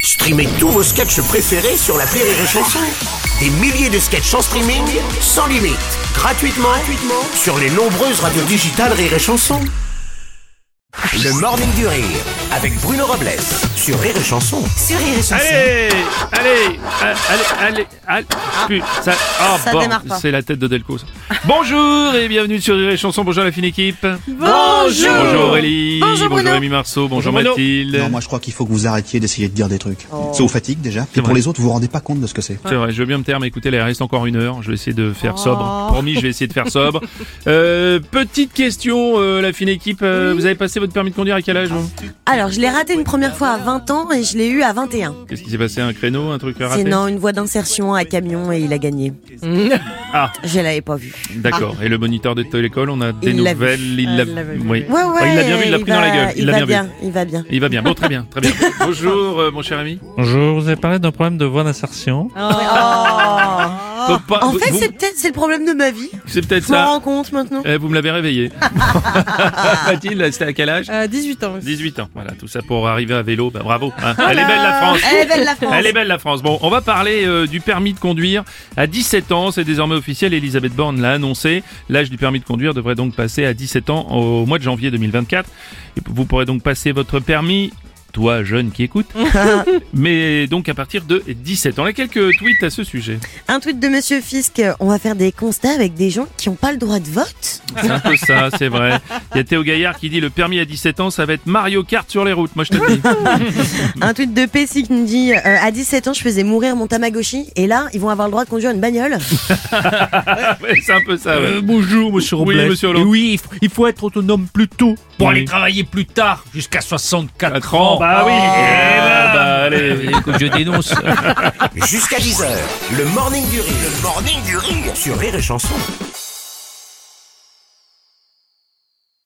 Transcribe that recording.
Streamez tous vos sketchs préférés sur la Rire et Chanson. Des milliers de sketchs en streaming, sans limite, gratuitement, gratuitement sur les nombreuses radios digitales Rire et Chanson. Le Morning du Rire avec Bruno Robles sur Rire et Chanson. Sur Rire et Chanson. Allez, allez, allez, allez, allez, plus, ça, ah, Ça bon, démarre pas. c'est la tête de Delco. ça. Bonjour et bienvenue sur Rire et Chanson. Bonjour la fine équipe. Bonjour. Bonjour Aurélie. Bonjour Bruno. Rémi Marceau. Bonjour, Bruno. Mathilde. Non, moi je crois qu'il faut que vous arrêtiez d'essayer de dire des trucs. Ça vous fatigue déjà. Et Oh. C'est pour vrai. les autres, vous vous rendez pas compte de ce que c'est. C'est vrai, je veux bien me taire, mais écoutez, là, il reste encore une heure. Je vais essayer de faire sobre. Promis, je vais essayer de faire sobre. Euh, petite question, euh, la fine équipe. euh, Vous avez passé votre permis de conduire à quel âge vous Alors, je l'ai raté une première fois à 20 ans et je l'ai eu à 21. Qu'est-ce qui s'est passé Un créneau, un truc raté C'est non, une voie d'insertion à camion et il a gagné. Ah. Je l'avais pas vu. D'accord. Et le moniteur de l'école, on a des Il l'a vu. nouvelles. Ah, Il l'a oui. Ouais, ouais. Enfin, il l'a bien vu, il l'a pris dans va- la gueule. Il, l'a va bien, bien, vu. il va bien. Il va bien. Bon, très bien, très bien. Bonjour, euh, mon cher ami. Oh, Bonjour, vous avez parlé d'un problème de voie d'insertion. Oh. Faut pas- En vous- fait, vous- c'est peut-être c'est le problème de ma vie. c'est peut-être Je m'en ça. rends compte maintenant. Eh, vous me l'avez réveillé. Mathilde, c'était à quel âge Euh, 18 ans. 18 ans. Voilà, tout ça pour arriver à vélo. Bah, bravo. hein. Oh Elle est belle la France. Elle est belle la France. Elle est belle la France. Bon, on va parler euh, du permis de conduire. À 17 ans, c'est désormais officiel, Elisabeth Borne l'a annoncé. L'âge du permis de conduire devrait donc passer à 17 ans au mois de janvier 2024. Et vous pourrez donc passer votre permis, toi jeune qui écoute, mais donc à partir de 17 ans. Il y a quelques tweets à ce sujet. Un tweet de Monsieur Fisk. euh, On va faire des constats avec des gens qui n'ont pas le droit de vote. C'est un peu ça, c'est vrai. Il y a Théo Gaillard qui dit le permis à 17 ans, ça va être Mario Kart sur les routes. Moi, je te le dis. Un tweet de Pessi qui me dit euh, à 17 ans, je faisais mourir mon Tamagotchi et là, ils vont avoir le droit de conduire une bagnole. Ouais, c'est un peu ça. ouais. Euh, bonjour, monsieur Oui, Robles. monsieur Eh Hollande. oui, il faut- il faut être autonome plus tôt pour Oui. aller travailler plus tard, jusqu'à 64 Quatre ans. ans. Bah oui. Eh Eh ben, bah, allez. vous voyez que je dénonce. Jusqu'à 10h, le Morning du Rire. Le Morning du Rire sur Rire et Chanson.